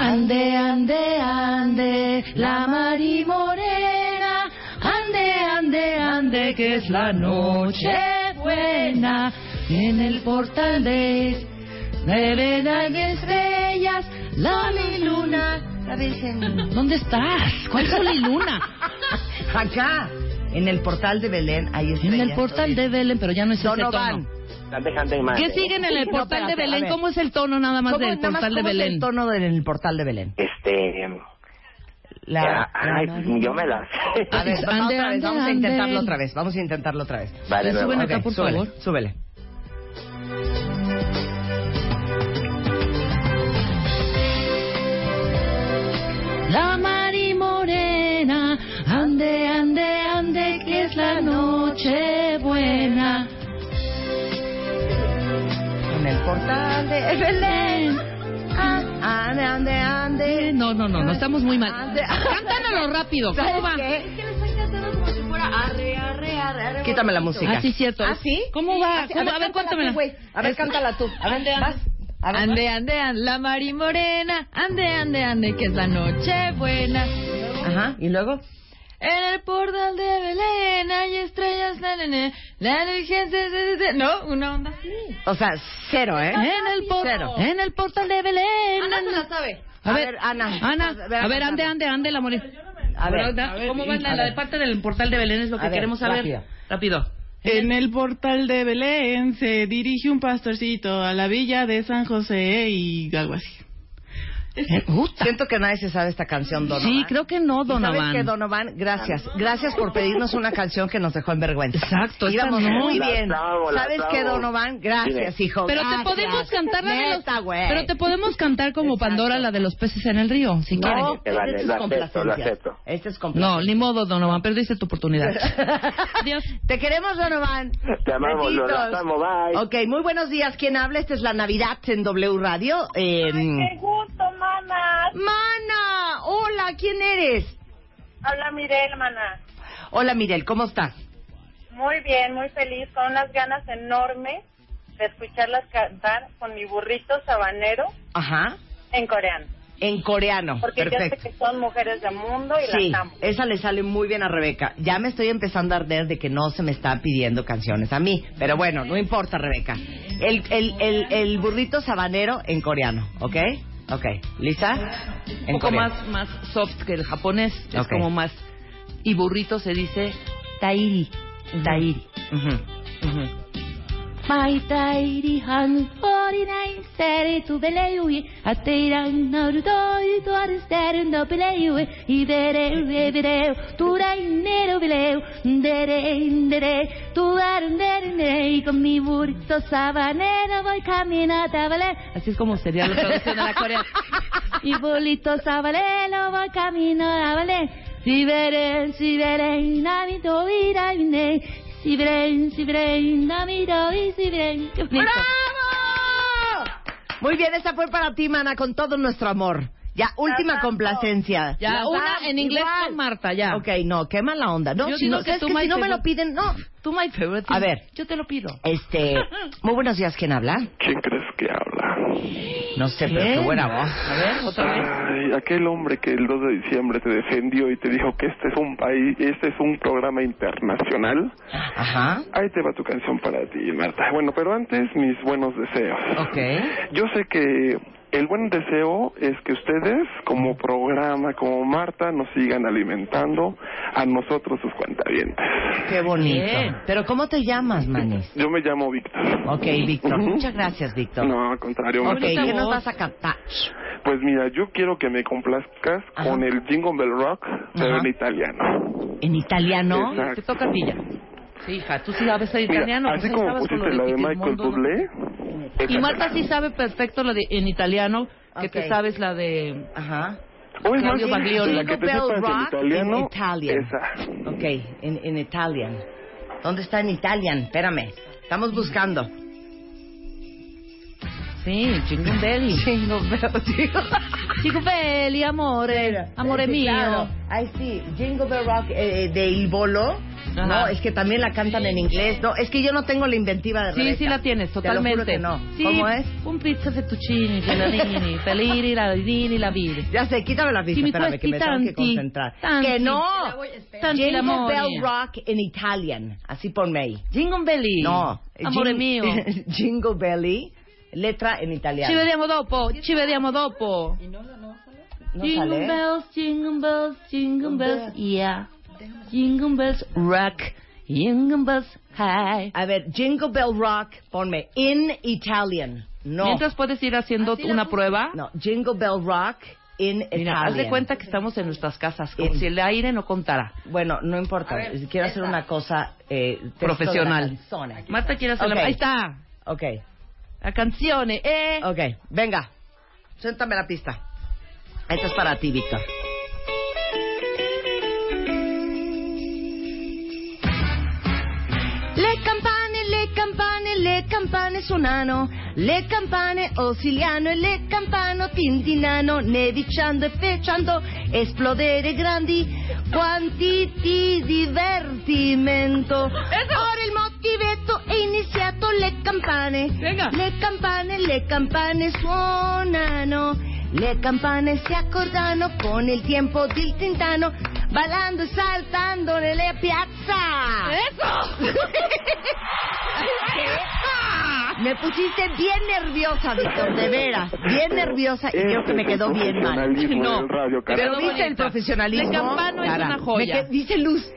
[SPEAKER 6] Ande, ande, ande, la marimorena. Ande, ande, ande, que es la noche buena. En el portal de vereda de estrellas, la mi luna.
[SPEAKER 1] La Virgen.
[SPEAKER 6] ¿Dónde estás? ¿Cuál sol y luna?
[SPEAKER 1] Acá, en el portal de Belén, ahí está.
[SPEAKER 6] En el portal de Belén, pero ya no es ese
[SPEAKER 1] Donovan.
[SPEAKER 6] tono.
[SPEAKER 11] Están dejando en
[SPEAKER 6] ¿Qué siguen en el
[SPEAKER 1] No,
[SPEAKER 6] portal
[SPEAKER 1] espérate,
[SPEAKER 6] de Belén?
[SPEAKER 1] a ver.
[SPEAKER 6] ¿Cómo es el tono nada más
[SPEAKER 1] ¿Cómo,
[SPEAKER 6] del
[SPEAKER 1] nada más,
[SPEAKER 6] portal de
[SPEAKER 1] cómo es el
[SPEAKER 6] Belén?
[SPEAKER 1] tono del el portal de Belén?
[SPEAKER 11] Este...
[SPEAKER 1] La-
[SPEAKER 11] ya, ay, yo me las...
[SPEAKER 1] A ver,
[SPEAKER 6] Ande,
[SPEAKER 1] vamos, otra vez,
[SPEAKER 6] ande,
[SPEAKER 1] vamos a
[SPEAKER 6] ande.
[SPEAKER 1] intentarlo otra vez. Vamos a intentarlo otra vez.
[SPEAKER 11] Vale,
[SPEAKER 6] Sí,
[SPEAKER 11] luego.
[SPEAKER 6] suben acá,
[SPEAKER 1] Ok,
[SPEAKER 6] por
[SPEAKER 1] súbele,
[SPEAKER 6] favor.
[SPEAKER 1] Súbele.
[SPEAKER 6] La marimorena, ande, ande, ande, que es la noche buena.
[SPEAKER 1] En el portal de Belén. Ah, Ande, ande, ande.
[SPEAKER 6] Eh, No, no, no, no estamos muy mal.
[SPEAKER 1] Ande-
[SPEAKER 6] Cántanalo rápido,
[SPEAKER 1] ¿Sabes
[SPEAKER 6] ¿cómo va?
[SPEAKER 1] qué?
[SPEAKER 5] Es que le estoy cantando como si fuera arre, arre, arre, arre.
[SPEAKER 1] Quítame la música.
[SPEAKER 6] Ah, sí, cierto.
[SPEAKER 1] ¿Ah, sí?
[SPEAKER 6] ¿Cómo va?
[SPEAKER 1] Ah, sí,
[SPEAKER 6] ¿Cómo- A ver,
[SPEAKER 1] cántala
[SPEAKER 6] cuéntamela.
[SPEAKER 1] tú, güey. A ver, cántala tú. A ver,
[SPEAKER 6] Ande, ande.
[SPEAKER 1] vas. A ver,
[SPEAKER 12] Ande, ande, ande, la marimorena, ande, ande, ande, que es la noche buena.
[SPEAKER 1] vas. Ajá, y luego.
[SPEAKER 12] En el portal de Belén hay estrellas, la nene, la virgen se- se- se- No, una onda así.
[SPEAKER 1] O sea, cero, ¿eh?
[SPEAKER 6] En el, por-
[SPEAKER 1] Cero.
[SPEAKER 6] en el portal de Belén.
[SPEAKER 1] sabe.
[SPEAKER 6] A ver,
[SPEAKER 1] Ana.
[SPEAKER 6] Ana, a ver, ande,
[SPEAKER 1] Ana.
[SPEAKER 6] ande, ande, la morena.
[SPEAKER 1] A ver,
[SPEAKER 6] ¿cómo va la,
[SPEAKER 1] a
[SPEAKER 6] la
[SPEAKER 1] ver.
[SPEAKER 6] de parte del portal de Belén? Es lo
[SPEAKER 1] A
[SPEAKER 6] que
[SPEAKER 1] ver,
[SPEAKER 6] queremos saber.
[SPEAKER 1] rápido.
[SPEAKER 6] rápido. Eh,
[SPEAKER 13] En el portal de Belén se dirige un pastorcito a la villa de San José y algo así.
[SPEAKER 1] Siento que nadie se sabe esta canción, ¿eh? Donovan.
[SPEAKER 6] Eh, Sí, creo que no, Donovan.
[SPEAKER 1] ¿Y ¿Sabes qué, Donovan? Gracias. Gracias por pedirnos una canción que nos dejó en vergüenza.
[SPEAKER 6] Exacto, esta
[SPEAKER 1] Íbamos
[SPEAKER 6] no.
[SPEAKER 1] muy
[SPEAKER 11] La
[SPEAKER 1] bien.
[SPEAKER 11] amo, la
[SPEAKER 1] ¿Sabes
[SPEAKER 11] amo.
[SPEAKER 1] qué, Donovan? Gracias,
[SPEAKER 11] Dime.
[SPEAKER 1] hijo.
[SPEAKER 6] Pero te
[SPEAKER 1] gracias.
[SPEAKER 6] podemos cantar la de los-
[SPEAKER 1] Neta, güey.
[SPEAKER 6] Pero te podemos cantar como
[SPEAKER 1] Exacto.
[SPEAKER 6] Pandora la de los peces en el río, si quieres.
[SPEAKER 1] No,
[SPEAKER 11] Te vale,
[SPEAKER 1] este es
[SPEAKER 11] lo acepto,
[SPEAKER 1] complacencia.
[SPEAKER 11] lo acepto.
[SPEAKER 1] Este es
[SPEAKER 6] No,
[SPEAKER 1] complacencia.
[SPEAKER 6] ni modo, Donovan, perdiste tu oportunidad. Adiós.
[SPEAKER 1] Te queremos, Donovan.
[SPEAKER 11] Te amamos,
[SPEAKER 1] Besitos.
[SPEAKER 11] Lola, te amo, bye.
[SPEAKER 1] Ok, muy buenos días. ¿Quién habla? Esta es la Navidad en W Radio. Eh,
[SPEAKER 14] Qué gusto, mana.
[SPEAKER 1] Mana, hola, ¿quién eres?
[SPEAKER 14] Habla Mirel, mana.
[SPEAKER 1] Hola, Mirel, ¿cómo estás?
[SPEAKER 14] Muy bien, muy feliz, con unas ganas enormes de escucharlas cantar con mi burrito sabanero
[SPEAKER 1] Ajá,
[SPEAKER 14] en coreano.
[SPEAKER 1] en coreano.
[SPEAKER 14] Porque
[SPEAKER 1] Perfecto.
[SPEAKER 14] yo sé que son mujeres del mundo y
[SPEAKER 1] Sí,
[SPEAKER 14] las amo.
[SPEAKER 1] esa le sale muy bien a Rebeca. Ya me estoy empezando a arder de que no se me están pidiendo canciones a mí. Pero bueno, no importa, Rebeca. El, el, el, el burrito sabanero en coreano, ¿ok? Ok. ¿Lisa?
[SPEAKER 6] Un poco más, más soft que el japonés. Es
[SPEAKER 1] Ok.
[SPEAKER 6] como más. Y burrito se dice tairi. Tairi.
[SPEAKER 5] My tairi han forty nine seri tu beleyui ateiran naruto y tu aristero no beleyui y vereu y vereu tu reinero beleu dere dere tu arendere y con mi burrito sabanero voy caminando a Belén
[SPEAKER 6] Así es como sería la traducción de la Corea.
[SPEAKER 5] y Polito Sabalelo va camino a Valé. Si veré, si veré, nami to vida vine. Si veré, si veré, nami to y si veré. Qué bonito.
[SPEAKER 1] Muy bien, esta fue para ti, mana, con todo nuestro amor. Ya, última complacencia.
[SPEAKER 6] Ya,
[SPEAKER 1] Las
[SPEAKER 6] una
[SPEAKER 1] amo,
[SPEAKER 6] en inglés
[SPEAKER 1] igual.
[SPEAKER 6] con Marta, ya.
[SPEAKER 1] Ok, no, qué mala onda. No,
[SPEAKER 6] Yo
[SPEAKER 1] si
[SPEAKER 6] digo
[SPEAKER 1] no,
[SPEAKER 6] que
[SPEAKER 1] es
[SPEAKER 6] tú,
[SPEAKER 1] que
[SPEAKER 6] my
[SPEAKER 1] si no me lo
[SPEAKER 6] favorite.
[SPEAKER 1] piden, no.
[SPEAKER 6] Tú, my favorite.
[SPEAKER 1] A ver.
[SPEAKER 6] Yo te lo pido.
[SPEAKER 1] Este, muy buenos días, ¿quién habla?
[SPEAKER 15] ¿Quién crees que habla?
[SPEAKER 1] No sé, pero qué buena voz.
[SPEAKER 6] A ver, otra vez.
[SPEAKER 15] Ay, aquel hombre que el 2 de diciembre te defendió y te dijo que este es un país, este es un programa internacional.
[SPEAKER 1] Ajá.
[SPEAKER 15] Ahí te va tu canción para ti, Marta. Bueno, pero antes mis buenos deseos. Yo sé que el buen deseo es que ustedes, como programa, como Marta, nos sigan alimentando a nosotros sus cuentavientes.
[SPEAKER 1] Qué bonito.
[SPEAKER 15] Bien.
[SPEAKER 1] Pero ¿cómo te llamas, Manis?
[SPEAKER 15] Yo me llamo Víctor.
[SPEAKER 1] Ok, Víctor.
[SPEAKER 15] Ujú.
[SPEAKER 1] Muchas gracias, Víctor.
[SPEAKER 15] No, al contrario,
[SPEAKER 1] Ok,
[SPEAKER 15] Marta.
[SPEAKER 1] ¿qué nos vas a cantar?
[SPEAKER 15] Pues mira, yo quiero que me complazcas con el Jingle Bell Rock, pero en italiano.
[SPEAKER 1] ¿En italiano?
[SPEAKER 15] Exacto.
[SPEAKER 6] Te toca a ti ya. Sí, hija, tú sí sabes el
[SPEAKER 15] Mira,
[SPEAKER 6] italiano.
[SPEAKER 15] así
[SPEAKER 6] pues ahí
[SPEAKER 15] como
[SPEAKER 6] estabas con
[SPEAKER 15] pusiste
[SPEAKER 6] lo
[SPEAKER 15] la de
[SPEAKER 6] Kitty
[SPEAKER 15] Michael
[SPEAKER 6] Mundo, ¿no?
[SPEAKER 15] Bublé.
[SPEAKER 6] Y
[SPEAKER 15] esa-
[SPEAKER 6] Marta sí sabe perfecto la de en italiano, que
[SPEAKER 1] Ok.
[SPEAKER 6] te sabes la de...
[SPEAKER 1] Ajá.
[SPEAKER 15] O es más,
[SPEAKER 6] Claudio Baglioni.
[SPEAKER 15] la que te
[SPEAKER 1] Jingle
[SPEAKER 15] sepas
[SPEAKER 1] Bell
[SPEAKER 15] en
[SPEAKER 1] Rock
[SPEAKER 15] italiano,
[SPEAKER 1] in Italian.
[SPEAKER 15] esa.
[SPEAKER 1] Ok, en, en Italian. ¿Dónde está en Italian? Espérame. Estamos buscando.
[SPEAKER 6] Sí, Jingle Belly.
[SPEAKER 1] Jingle Belly.
[SPEAKER 6] Jingle Belly, amore. Amore
[SPEAKER 1] Sí,
[SPEAKER 6] mío.
[SPEAKER 1] claro. Ahí sí, Jingle Bell Rock eh, de Il Bolo.
[SPEAKER 6] Ajá.
[SPEAKER 1] No, es que también la cantan en inglés. No, es que yo no tengo la inventiva de
[SPEAKER 6] Sí,
[SPEAKER 1] Rebeca.
[SPEAKER 6] sí la tienes,
[SPEAKER 1] Te lo juro
[SPEAKER 6] totalmente.
[SPEAKER 1] que no.
[SPEAKER 6] Sí,
[SPEAKER 1] ¿Cómo es?
[SPEAKER 6] Un pizza fettuccini, gelatini, peliri, la dini, la vidi.
[SPEAKER 1] Ya sé, quítame la pizza,
[SPEAKER 6] Sí, mi
[SPEAKER 1] espérame, que me
[SPEAKER 6] cuesti
[SPEAKER 1] tengo que
[SPEAKER 6] tanti,
[SPEAKER 1] concentrar.
[SPEAKER 6] tanti.
[SPEAKER 1] ¡Que no!
[SPEAKER 6] Te la voy a esperar. Tanti
[SPEAKER 1] Jingle
[SPEAKER 6] l'amore.
[SPEAKER 1] Bell Rock en Italian. Así ponme ahí.
[SPEAKER 6] Jingle Belly.
[SPEAKER 1] No.
[SPEAKER 6] Amore
[SPEAKER 1] Eh, Jing-
[SPEAKER 6] mio.
[SPEAKER 1] Jingle Belly, letra en italiano.
[SPEAKER 6] Ci vediamo dopo, ci vediamo dopo.
[SPEAKER 1] No sale.
[SPEAKER 5] Jingle bells, jingle bells, jingle bells, yeah. Jingle bells rock, jingle bells high.
[SPEAKER 1] A ver, Jingle Bell Rock, ponme in Italian. No.
[SPEAKER 6] Mientras puedes ir haciendo una prueba.
[SPEAKER 1] No, Jingle Bell Rock in
[SPEAKER 6] Mira,
[SPEAKER 1] Italian.
[SPEAKER 6] haz de cuenta que estamos en nuestras casas, como
[SPEAKER 1] En-
[SPEAKER 6] si el aire no contara.
[SPEAKER 1] Bueno, no importa. Quiero hacer una cosa eh, texto de la
[SPEAKER 6] Profesional.
[SPEAKER 1] canción aquí.
[SPEAKER 6] Marta quiere hacer
[SPEAKER 1] Ok.
[SPEAKER 6] la... Ahí está.
[SPEAKER 1] Ok,
[SPEAKER 6] La canción, eh.
[SPEAKER 1] ok. Venga, suéltame la pista. Esta es para ti, Víctor.
[SPEAKER 2] Le campane, le campane, le campane suonano, le campane osiliano e le campano tintinano, nevicciando e fecciando esplodere grandi quantiti di divertimento. Ora il motivetto è iniziato, le campane, le campane, le campane suonano. Le campane si accordano con il tempo del tintano, ballando e saltando nelle piazza. Me pusiste bien nerviosa, Víctor, de veras. Bien nerviosa y creo
[SPEAKER 15] este
[SPEAKER 2] que me quedó bien mal.
[SPEAKER 15] profesionalismo del radio, carajo.
[SPEAKER 1] pero viste el profesionalismo.
[SPEAKER 6] Le campano es
[SPEAKER 1] Cara,
[SPEAKER 6] una joya.
[SPEAKER 1] me que- dice Luz,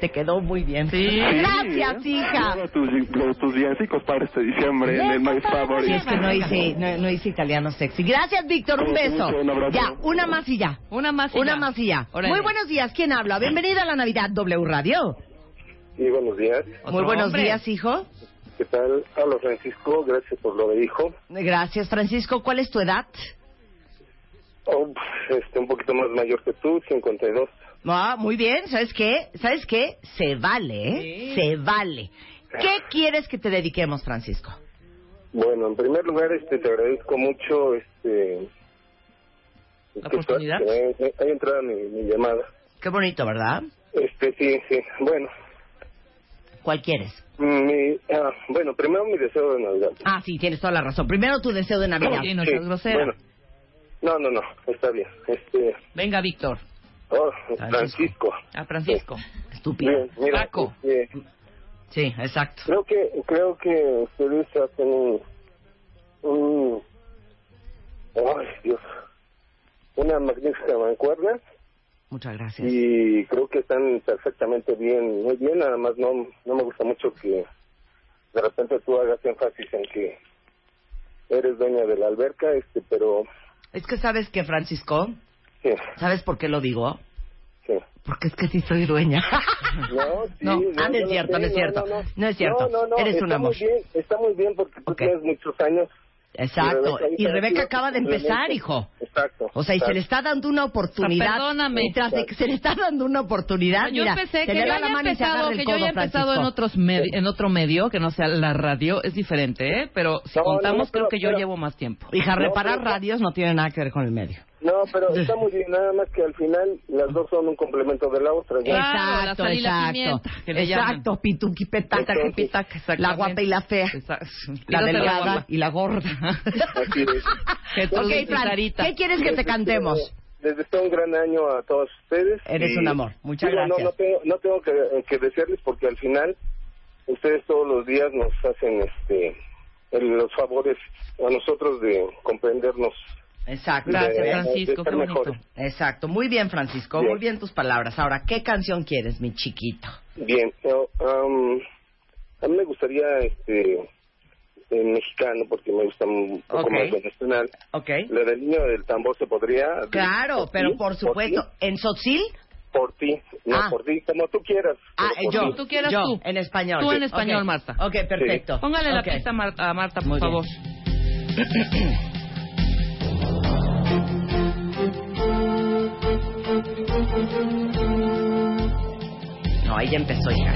[SPEAKER 1] te quedó muy bien.
[SPEAKER 6] Sí.
[SPEAKER 1] Gracias,
[SPEAKER 15] Sí, ¿eh?
[SPEAKER 1] hija.
[SPEAKER 15] Lleva tus, los, tus villancicos para este diciembre en el My Favorite.
[SPEAKER 1] Es que no hice, no, no hice italiano sexy. Gracias, Víctor, un
[SPEAKER 15] Cuídate
[SPEAKER 1] beso.
[SPEAKER 15] mucho, un abrazo.
[SPEAKER 1] ya, una más y ya.
[SPEAKER 6] Una más y
[SPEAKER 1] Una
[SPEAKER 6] ya.
[SPEAKER 1] más y ya.
[SPEAKER 6] Órale.
[SPEAKER 1] Muy buenos días, ¿quién habla? Bienvenido a la Navidad W Radio.
[SPEAKER 16] Sí, buenos días.
[SPEAKER 1] Muy buenos días, hijo.
[SPEAKER 16] ¿Qué tal? Habla Francisco, gracias por lo de hijo.
[SPEAKER 1] Gracias, Francisco. ¿Cuál es tu edad?
[SPEAKER 16] Oh, pf, este, un poquito más mayor que tú, 52.
[SPEAKER 1] Ah, muy bien, ¿sabes qué? ¿Sabes qué? Se vale, ¿eh? Se vale. ¿Qué quieres que te dediquemos, Francisco?
[SPEAKER 16] Bueno, en primer lugar, este, te agradezco mucho este,
[SPEAKER 1] La
[SPEAKER 16] que-
[SPEAKER 1] oportunidad.
[SPEAKER 16] que me- me- haya entrado mi, mi llamada.
[SPEAKER 1] Qué bonito, ¿verdad?
[SPEAKER 16] Este, sí, sí. Bueno,
[SPEAKER 1] ¿Cuál quieres?
[SPEAKER 16] mi, ah, bueno, primero mi deseo de Navidad.
[SPEAKER 1] Ah, sí, tienes toda la razón. Primero tu deseo de Navidad.
[SPEAKER 16] Sí, bueno. No, no, no, está bien. Este,
[SPEAKER 6] Venga, Víctor.
[SPEAKER 16] oh, Francisco.
[SPEAKER 6] A Francisco.
[SPEAKER 1] Estúpido.
[SPEAKER 16] Bien, mira, este,
[SPEAKER 1] Sí, exacto.
[SPEAKER 16] Creo que, creo que ustedes hacen un, un- ay Dios, una magnífica mancuerna
[SPEAKER 1] Muchas gracias.
[SPEAKER 16] y creo que están perfectamente bien, muy bien, nada más no, no me gusta mucho que de repente tú hagas énfasis en que eres dueña de la alberca, este, pero
[SPEAKER 1] Es que sabes que, Francisco,
[SPEAKER 16] sí,
[SPEAKER 1] ¿sabes por qué lo digo?
[SPEAKER 16] sí.
[SPEAKER 1] Porque es que sí soy dueña.
[SPEAKER 16] No, sí,
[SPEAKER 1] No, ah, no es
[SPEAKER 16] yo
[SPEAKER 1] cierto,
[SPEAKER 16] sé,
[SPEAKER 1] no es cierto. No es cierto.
[SPEAKER 16] No, no, no,
[SPEAKER 1] Eres un
[SPEAKER 16] está
[SPEAKER 1] amor.
[SPEAKER 16] Muy bien, está muy bien porque tú tienes muchos años
[SPEAKER 1] Exacto. Y
[SPEAKER 16] ahorita
[SPEAKER 1] Rebeca
[SPEAKER 16] decidió
[SPEAKER 1] acaba de empezar,
[SPEAKER 16] simplemente-
[SPEAKER 1] hijo.
[SPEAKER 16] Exacto.
[SPEAKER 1] O sea, y se le está dando una oportunidad.
[SPEAKER 16] O sea, perdóname.
[SPEAKER 1] Mientras de que se le está dando una oportunidad,
[SPEAKER 6] Ah, yo
[SPEAKER 1] mira,
[SPEAKER 6] pensé
[SPEAKER 1] se
[SPEAKER 6] que
[SPEAKER 1] le
[SPEAKER 6] yo
[SPEAKER 1] da la
[SPEAKER 6] haya
[SPEAKER 1] mano y se
[SPEAKER 6] empezado,
[SPEAKER 1] agarra el
[SPEAKER 6] que yo
[SPEAKER 1] codo,
[SPEAKER 6] haya empezado en
[SPEAKER 1] Francisco.
[SPEAKER 6] otros medi- en otro medio que no sea la radio es diferente, ¿eh? Pero si
[SPEAKER 1] No, no,
[SPEAKER 6] contamos
[SPEAKER 1] no, pero-
[SPEAKER 6] creo que yo
[SPEAKER 1] pero-
[SPEAKER 6] llevo más tiempo.
[SPEAKER 1] Hija,
[SPEAKER 16] No,
[SPEAKER 1] reparar
[SPEAKER 16] pero-
[SPEAKER 1] radios no tiene nada que ver con el medio.
[SPEAKER 16] No, pero está muy bien, nada más que al final las dos son un complemento de la otra. ¿ya?
[SPEAKER 1] Exacto, exacto. Exacto, pituqui, petaca,
[SPEAKER 16] Entonces,
[SPEAKER 1] pitaca, la guapa y la fea. La
[SPEAKER 6] Dinos de la
[SPEAKER 1] delgada
[SPEAKER 6] guapa.
[SPEAKER 1] y la gorda.
[SPEAKER 16] Así es.
[SPEAKER 1] Ok, Fran, ¿qué quieres que te
[SPEAKER 16] Les
[SPEAKER 1] cantemos?
[SPEAKER 16] deseo- Les deseo un gran año a todos ustedes.
[SPEAKER 1] Eres
[SPEAKER 16] Y
[SPEAKER 1] un amor. Muchas
[SPEAKER 16] digo, No,
[SPEAKER 1] gracias.
[SPEAKER 16] no tengo, no tengo que, eh, que desearles porque al final ustedes todos los días nos hacen este el- los favores a nosotros de comprendernos.
[SPEAKER 1] Exacto.
[SPEAKER 16] Gracias, De- Francisco, de eh, estar qué bonito. mejores.
[SPEAKER 1] Exacto, muy bien, Francisco,
[SPEAKER 16] Bien.
[SPEAKER 1] muy bien tus palabras. Ahora, ¿qué canción quieres, mi chiquito?
[SPEAKER 16] Bien. yo, um, a mí me gustaría este en mexicano porque me gusta un poco
[SPEAKER 1] Ok.
[SPEAKER 16] más internacional.
[SPEAKER 1] Okay.
[SPEAKER 16] La del niño del tambor se podría.
[SPEAKER 1] Claro,
[SPEAKER 16] ti?
[SPEAKER 1] pero por
[SPEAKER 16] ti?
[SPEAKER 1] supuesto, ¿en Sotzil?
[SPEAKER 16] Por ti, no
[SPEAKER 1] Ah.
[SPEAKER 16] por ti, como tú quieras.
[SPEAKER 1] Ah,
[SPEAKER 16] pero por
[SPEAKER 1] yo.
[SPEAKER 16] ti.
[SPEAKER 6] Tú quieras
[SPEAKER 1] yo,
[SPEAKER 6] tú.
[SPEAKER 1] En español.
[SPEAKER 6] Tú
[SPEAKER 1] Ok.
[SPEAKER 6] en español, Marta.
[SPEAKER 1] Ok, perfecto.
[SPEAKER 6] Póngale la
[SPEAKER 1] Ok.
[SPEAKER 6] pista a Mar- a Marta, por
[SPEAKER 1] Muy bien.
[SPEAKER 6] favor.
[SPEAKER 1] No, ahí ya empezó, hija.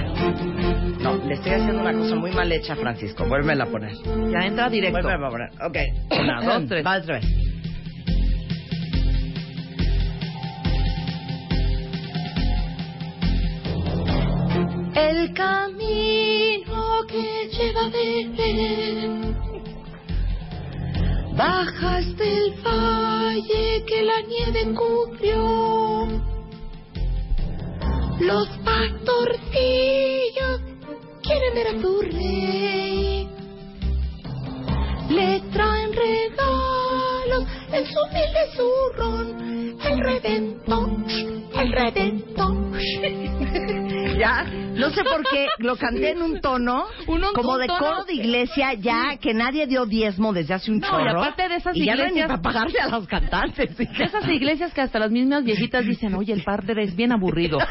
[SPEAKER 1] No, le estoy haciendo una cosa muy mal hecha, Francisco. Vuélvela a poner.
[SPEAKER 6] Ya entra directo.
[SPEAKER 1] Vuélvela a poner. Ok.
[SPEAKER 6] Una, dos, tres.
[SPEAKER 1] Va otra vez.
[SPEAKER 5] El camino que lleva a Belén. Bajas del valle que la nieve cubrió. Los pastorcillos quieren ver a tu rey. Le traen regalos en su humilde zurrón. El reventón, el reventón.
[SPEAKER 1] Ya, no sé por qué, lo canté en un tono
[SPEAKER 6] Un- un
[SPEAKER 1] como de
[SPEAKER 6] tono-
[SPEAKER 1] coro de iglesia ya que nadie dio diezmo desde hace un
[SPEAKER 6] No,
[SPEAKER 1] chorro.
[SPEAKER 6] y aparte de esas
[SPEAKER 1] y ya no hay ni
[SPEAKER 6] iglesias-
[SPEAKER 1] para pagarle a los cantantes. hija.
[SPEAKER 6] De esas iglesias que hasta las mismas viejitas dicen, oye, el padre es bien aburrido.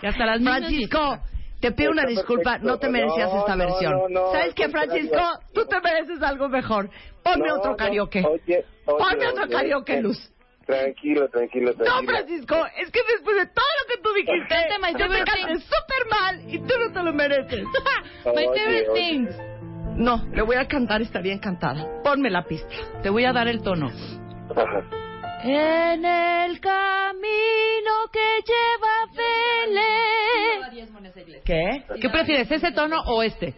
[SPEAKER 6] Que hasta las mismas
[SPEAKER 1] Francisco, te pido una
[SPEAKER 6] Está
[SPEAKER 1] disculpa,
[SPEAKER 6] perfecto.
[SPEAKER 1] no te merecías
[SPEAKER 6] No,
[SPEAKER 1] esta
[SPEAKER 6] no,
[SPEAKER 1] versión.
[SPEAKER 6] no, no,
[SPEAKER 1] ¿Sabes
[SPEAKER 6] al
[SPEAKER 1] qué,
[SPEAKER 6] contrario.
[SPEAKER 1] Francisco? Tú te mereces algo mejor. Ponme
[SPEAKER 16] No,
[SPEAKER 1] otro
[SPEAKER 16] no,
[SPEAKER 1] karaoke.
[SPEAKER 16] oye, oye,
[SPEAKER 1] Ponme otro
[SPEAKER 16] oye,
[SPEAKER 1] karaoke,
[SPEAKER 16] eh,
[SPEAKER 1] Luz.
[SPEAKER 16] Tranquilo, tranquilo,
[SPEAKER 1] No,
[SPEAKER 16] tranquilo.
[SPEAKER 1] Francisco, es que después de todo lo que tú dijiste,
[SPEAKER 6] Canta My
[SPEAKER 1] yo me
[SPEAKER 6] Favorite
[SPEAKER 1] canté
[SPEAKER 6] Thing.
[SPEAKER 1] súper mal y tú no te lo mereces.
[SPEAKER 6] My
[SPEAKER 1] Oye,
[SPEAKER 6] favorite
[SPEAKER 1] oye.
[SPEAKER 6] things.
[SPEAKER 1] No, le voy a cantar, estaría encantada. Ponme la pista.
[SPEAKER 6] Te voy a dar el tono.
[SPEAKER 5] En el camino que lleva a Belén.
[SPEAKER 1] ¿Qué?
[SPEAKER 6] ¿Qué prefieres, ese tono o este?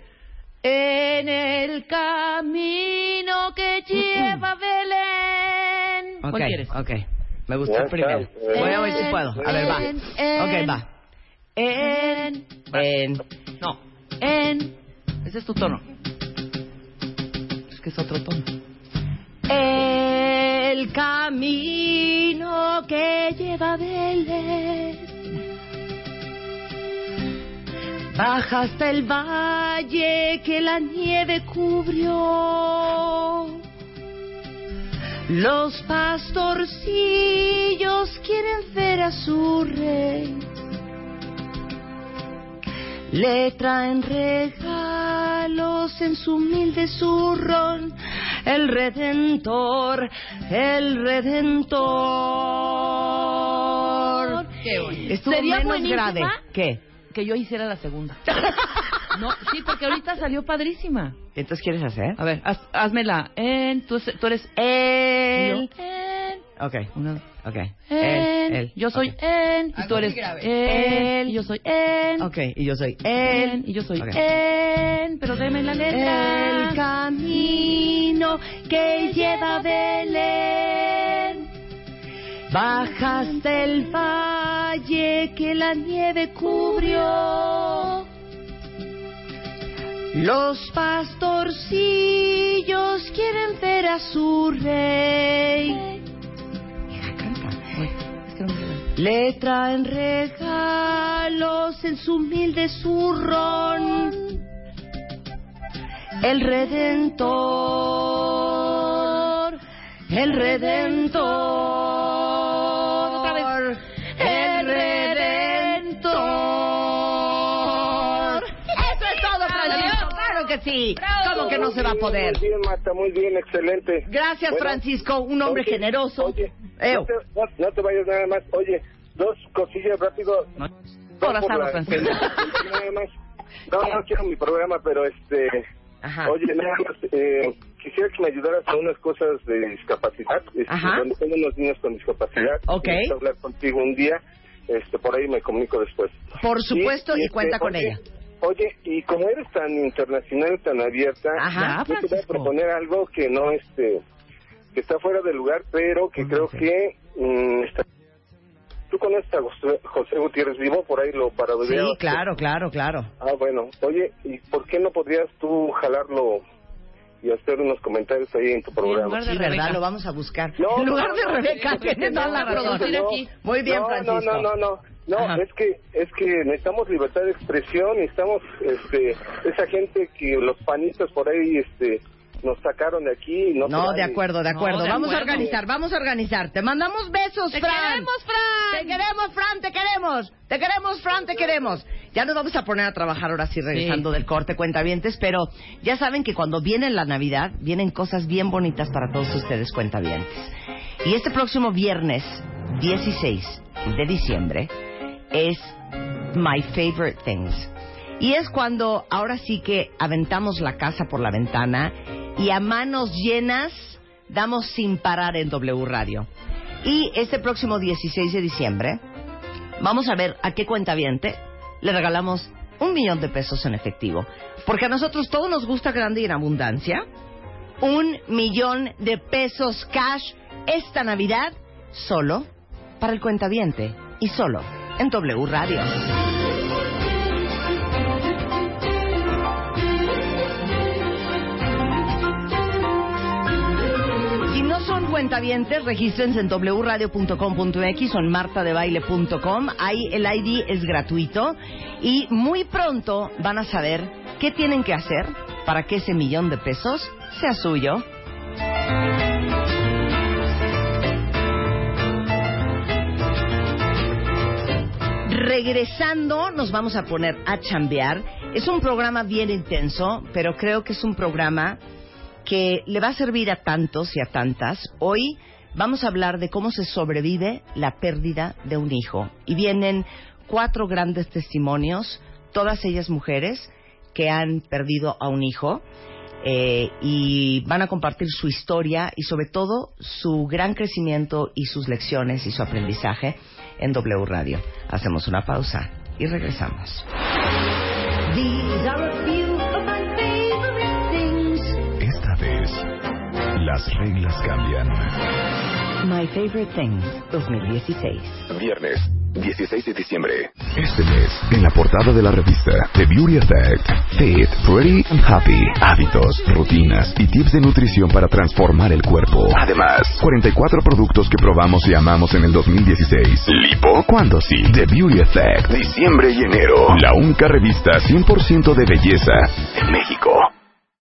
[SPEAKER 5] En el camino que
[SPEAKER 6] Mm,
[SPEAKER 5] lleva a Belén.
[SPEAKER 1] Ok,
[SPEAKER 6] ¿Cuál quieres?
[SPEAKER 1] ok. Me gustó el primero.
[SPEAKER 5] eh.
[SPEAKER 1] Voy a ver si puedo. A ver, va.
[SPEAKER 5] En, en.
[SPEAKER 1] Ok, va.
[SPEAKER 5] En,
[SPEAKER 1] En...
[SPEAKER 6] No,
[SPEAKER 5] en,
[SPEAKER 6] ese es tu tono. Es que es otro tono.
[SPEAKER 5] el camino que lleva a Belén.
[SPEAKER 1] Baja hasta el
[SPEAKER 5] Valle que la nieve cubrió. Los pastorcillos quieren ver a su rey. Le traen regalos en su humilde zurrón. El redentor, el redentor.
[SPEAKER 6] Qué bonito.
[SPEAKER 1] Estuvo
[SPEAKER 6] Sería
[SPEAKER 1] menos
[SPEAKER 6] buenísima
[SPEAKER 1] grave. ¿Qué?
[SPEAKER 6] Que yo hiciera la segunda. No, sí, porque ahorita salió padrísima.
[SPEAKER 1] Entonces quieres hacer?
[SPEAKER 6] A ver, haz- házmela. En, tú, tú eres
[SPEAKER 1] El.
[SPEAKER 5] En,
[SPEAKER 1] Ok. Ok.
[SPEAKER 5] en,
[SPEAKER 1] El. El.
[SPEAKER 6] Yo soy en y tú eres en y yo soy en
[SPEAKER 1] Ok, y yo soy
[SPEAKER 6] en
[SPEAKER 1] el.
[SPEAKER 6] y yo soy
[SPEAKER 1] Ok.
[SPEAKER 6] en, pero deme la letra.
[SPEAKER 5] El camino que lleva a Belén. Bajas del valle que la nieve cubrió. Los pastorcillos quieren ver a su rey. Le traen regalos en su humilde zurrón. El Redentor, el Redentor, el Redentor.
[SPEAKER 1] Eso es todo, Francisco. Claro que sí.
[SPEAKER 5] Bravo.
[SPEAKER 1] ¿Cómo que que no
[SPEAKER 16] Muy
[SPEAKER 1] se va a
[SPEAKER 16] bien,
[SPEAKER 1] poder.
[SPEAKER 16] Muy bien, Marta, muy bien, excelente.
[SPEAKER 1] Gracias, Francisco, un hombre
[SPEAKER 16] oye,
[SPEAKER 1] generoso. Eh,
[SPEAKER 16] Oye, este,
[SPEAKER 1] Ew.
[SPEAKER 16] no te, no- no te vayas nada más. Oye, dos cosillas rápido. No,
[SPEAKER 1] Corazón, Francisco.
[SPEAKER 16] nada más. No, no quiero mi programa, pero este... Oye, nada más, eh, quisiera que me ayudaras a unas cosas de discapacidad. Este,
[SPEAKER 1] Ajá.
[SPEAKER 16] Donde tengo unos niños con discapacidad.
[SPEAKER 1] Ok.
[SPEAKER 16] Quiero hablar contigo un día. Este, por ahí me comunico después.
[SPEAKER 1] Por supuesto, y
[SPEAKER 16] este,
[SPEAKER 1] cuenta con
[SPEAKER 16] oye,
[SPEAKER 1] ella.
[SPEAKER 16] Oye, y como eres tan internacional y tan abierta,
[SPEAKER 1] Ajá,
[SPEAKER 16] yo te voy a
[SPEAKER 1] Francisco.
[SPEAKER 16] proponer algo que no este que está fuera de lugar, pero que creo que mm, está- tú conoces a José, José Gutiérrez Vivo, por ahí lo
[SPEAKER 1] Sí,
[SPEAKER 16] parodiaba.
[SPEAKER 1] claro, claro, claro.
[SPEAKER 16] Ah, bueno. Oye, ¿y por qué no podrías tú jalarlo y hacer unos comentarios ahí en tu programa?
[SPEAKER 1] Sí, verdad, lo vamos a buscar.
[SPEAKER 16] No,
[SPEAKER 1] en lugar
[SPEAKER 16] no,
[SPEAKER 1] de
[SPEAKER 16] no,
[SPEAKER 1] Rebeca,
[SPEAKER 16] no,
[SPEAKER 1] tienes
[SPEAKER 16] no,
[SPEAKER 1] toda la
[SPEAKER 16] no,
[SPEAKER 1] razón.
[SPEAKER 16] no,
[SPEAKER 1] Muy bien,
[SPEAKER 16] no,
[SPEAKER 1] Francisco.
[SPEAKER 16] No, no, no, no. No,
[SPEAKER 1] Ajá.
[SPEAKER 16] es que, es que necesitamos libertad de expresión, necesitamos este, esa gente que los panistas por ahí este, nos sacaron de aquí. y No,
[SPEAKER 1] No, de acuerdo, de acuerdo. vamos a organizar, vamos a organizar. Te mandamos besos,
[SPEAKER 2] ¡Te
[SPEAKER 1] Fran.
[SPEAKER 2] queremos, Fran!
[SPEAKER 1] Te queremos, Fran, te queremos. Te queremos, Fran, te queremos. Ya nos vamos a poner a trabajar ahora sí, regresando del corte, cuentavientes, pero ya saben que cuando viene la Navidad, vienen cosas bien bonitas para todos ustedes, cuentavientes. Y este próximo viernes, 16 de diciembre, es My Favorite Things. Y es cuando ahora sí que aventamos la casa por la ventana y a manos llenas damos sin parar en W Radio. Y este próximo 16 de diciembre vamos a ver a qué cuentaviente le regalamos un millón de pesos en efectivo. Porque a nosotros todo nos gusta grande y en abundancia. Un millón de pesos cash esta Navidad solo para el cuentaviente y solo en W Radio. Si no son cuentavientes, regístrense en wradio.com.mx o en martadebaile.com. Ahí el ID es gratuito y muy pronto van a saber qué tienen que hacer para que ese millón de pesos sea suyo. Regresando, nos vamos a poner a chambear. Es un programa bien intenso, pero creo que es un programa que le va a servir a tantos y a tantas. Hoy vamos a hablar de cómo se sobrevive la pérdida de un hijo. Y vienen cuatro grandes testimonios, todas ellas mujeres que han perdido a un hijo. eh, y van a compartir su historia y sobre todo su gran crecimiento y sus lecciones y su aprendizaje en W Radio. Hacemos una pausa y regresamos.
[SPEAKER 5] These are a few of my favorite things.
[SPEAKER 3] Esta vez, las reglas cambian.
[SPEAKER 1] My Favorite Things 2016.
[SPEAKER 3] Viernes, 16 de diciembre. Este mes, en la portada de la revista The Beauty Effect, Fit, Pretty and Happy, hábitos, rutinas y tips de nutrición para transformar el cuerpo. Además, 44 productos que probamos y amamos en el 2016. ¿Lipo? ¿Cuándo sí? The Beauty Effect, diciembre y enero. La única revista 100% de belleza en México.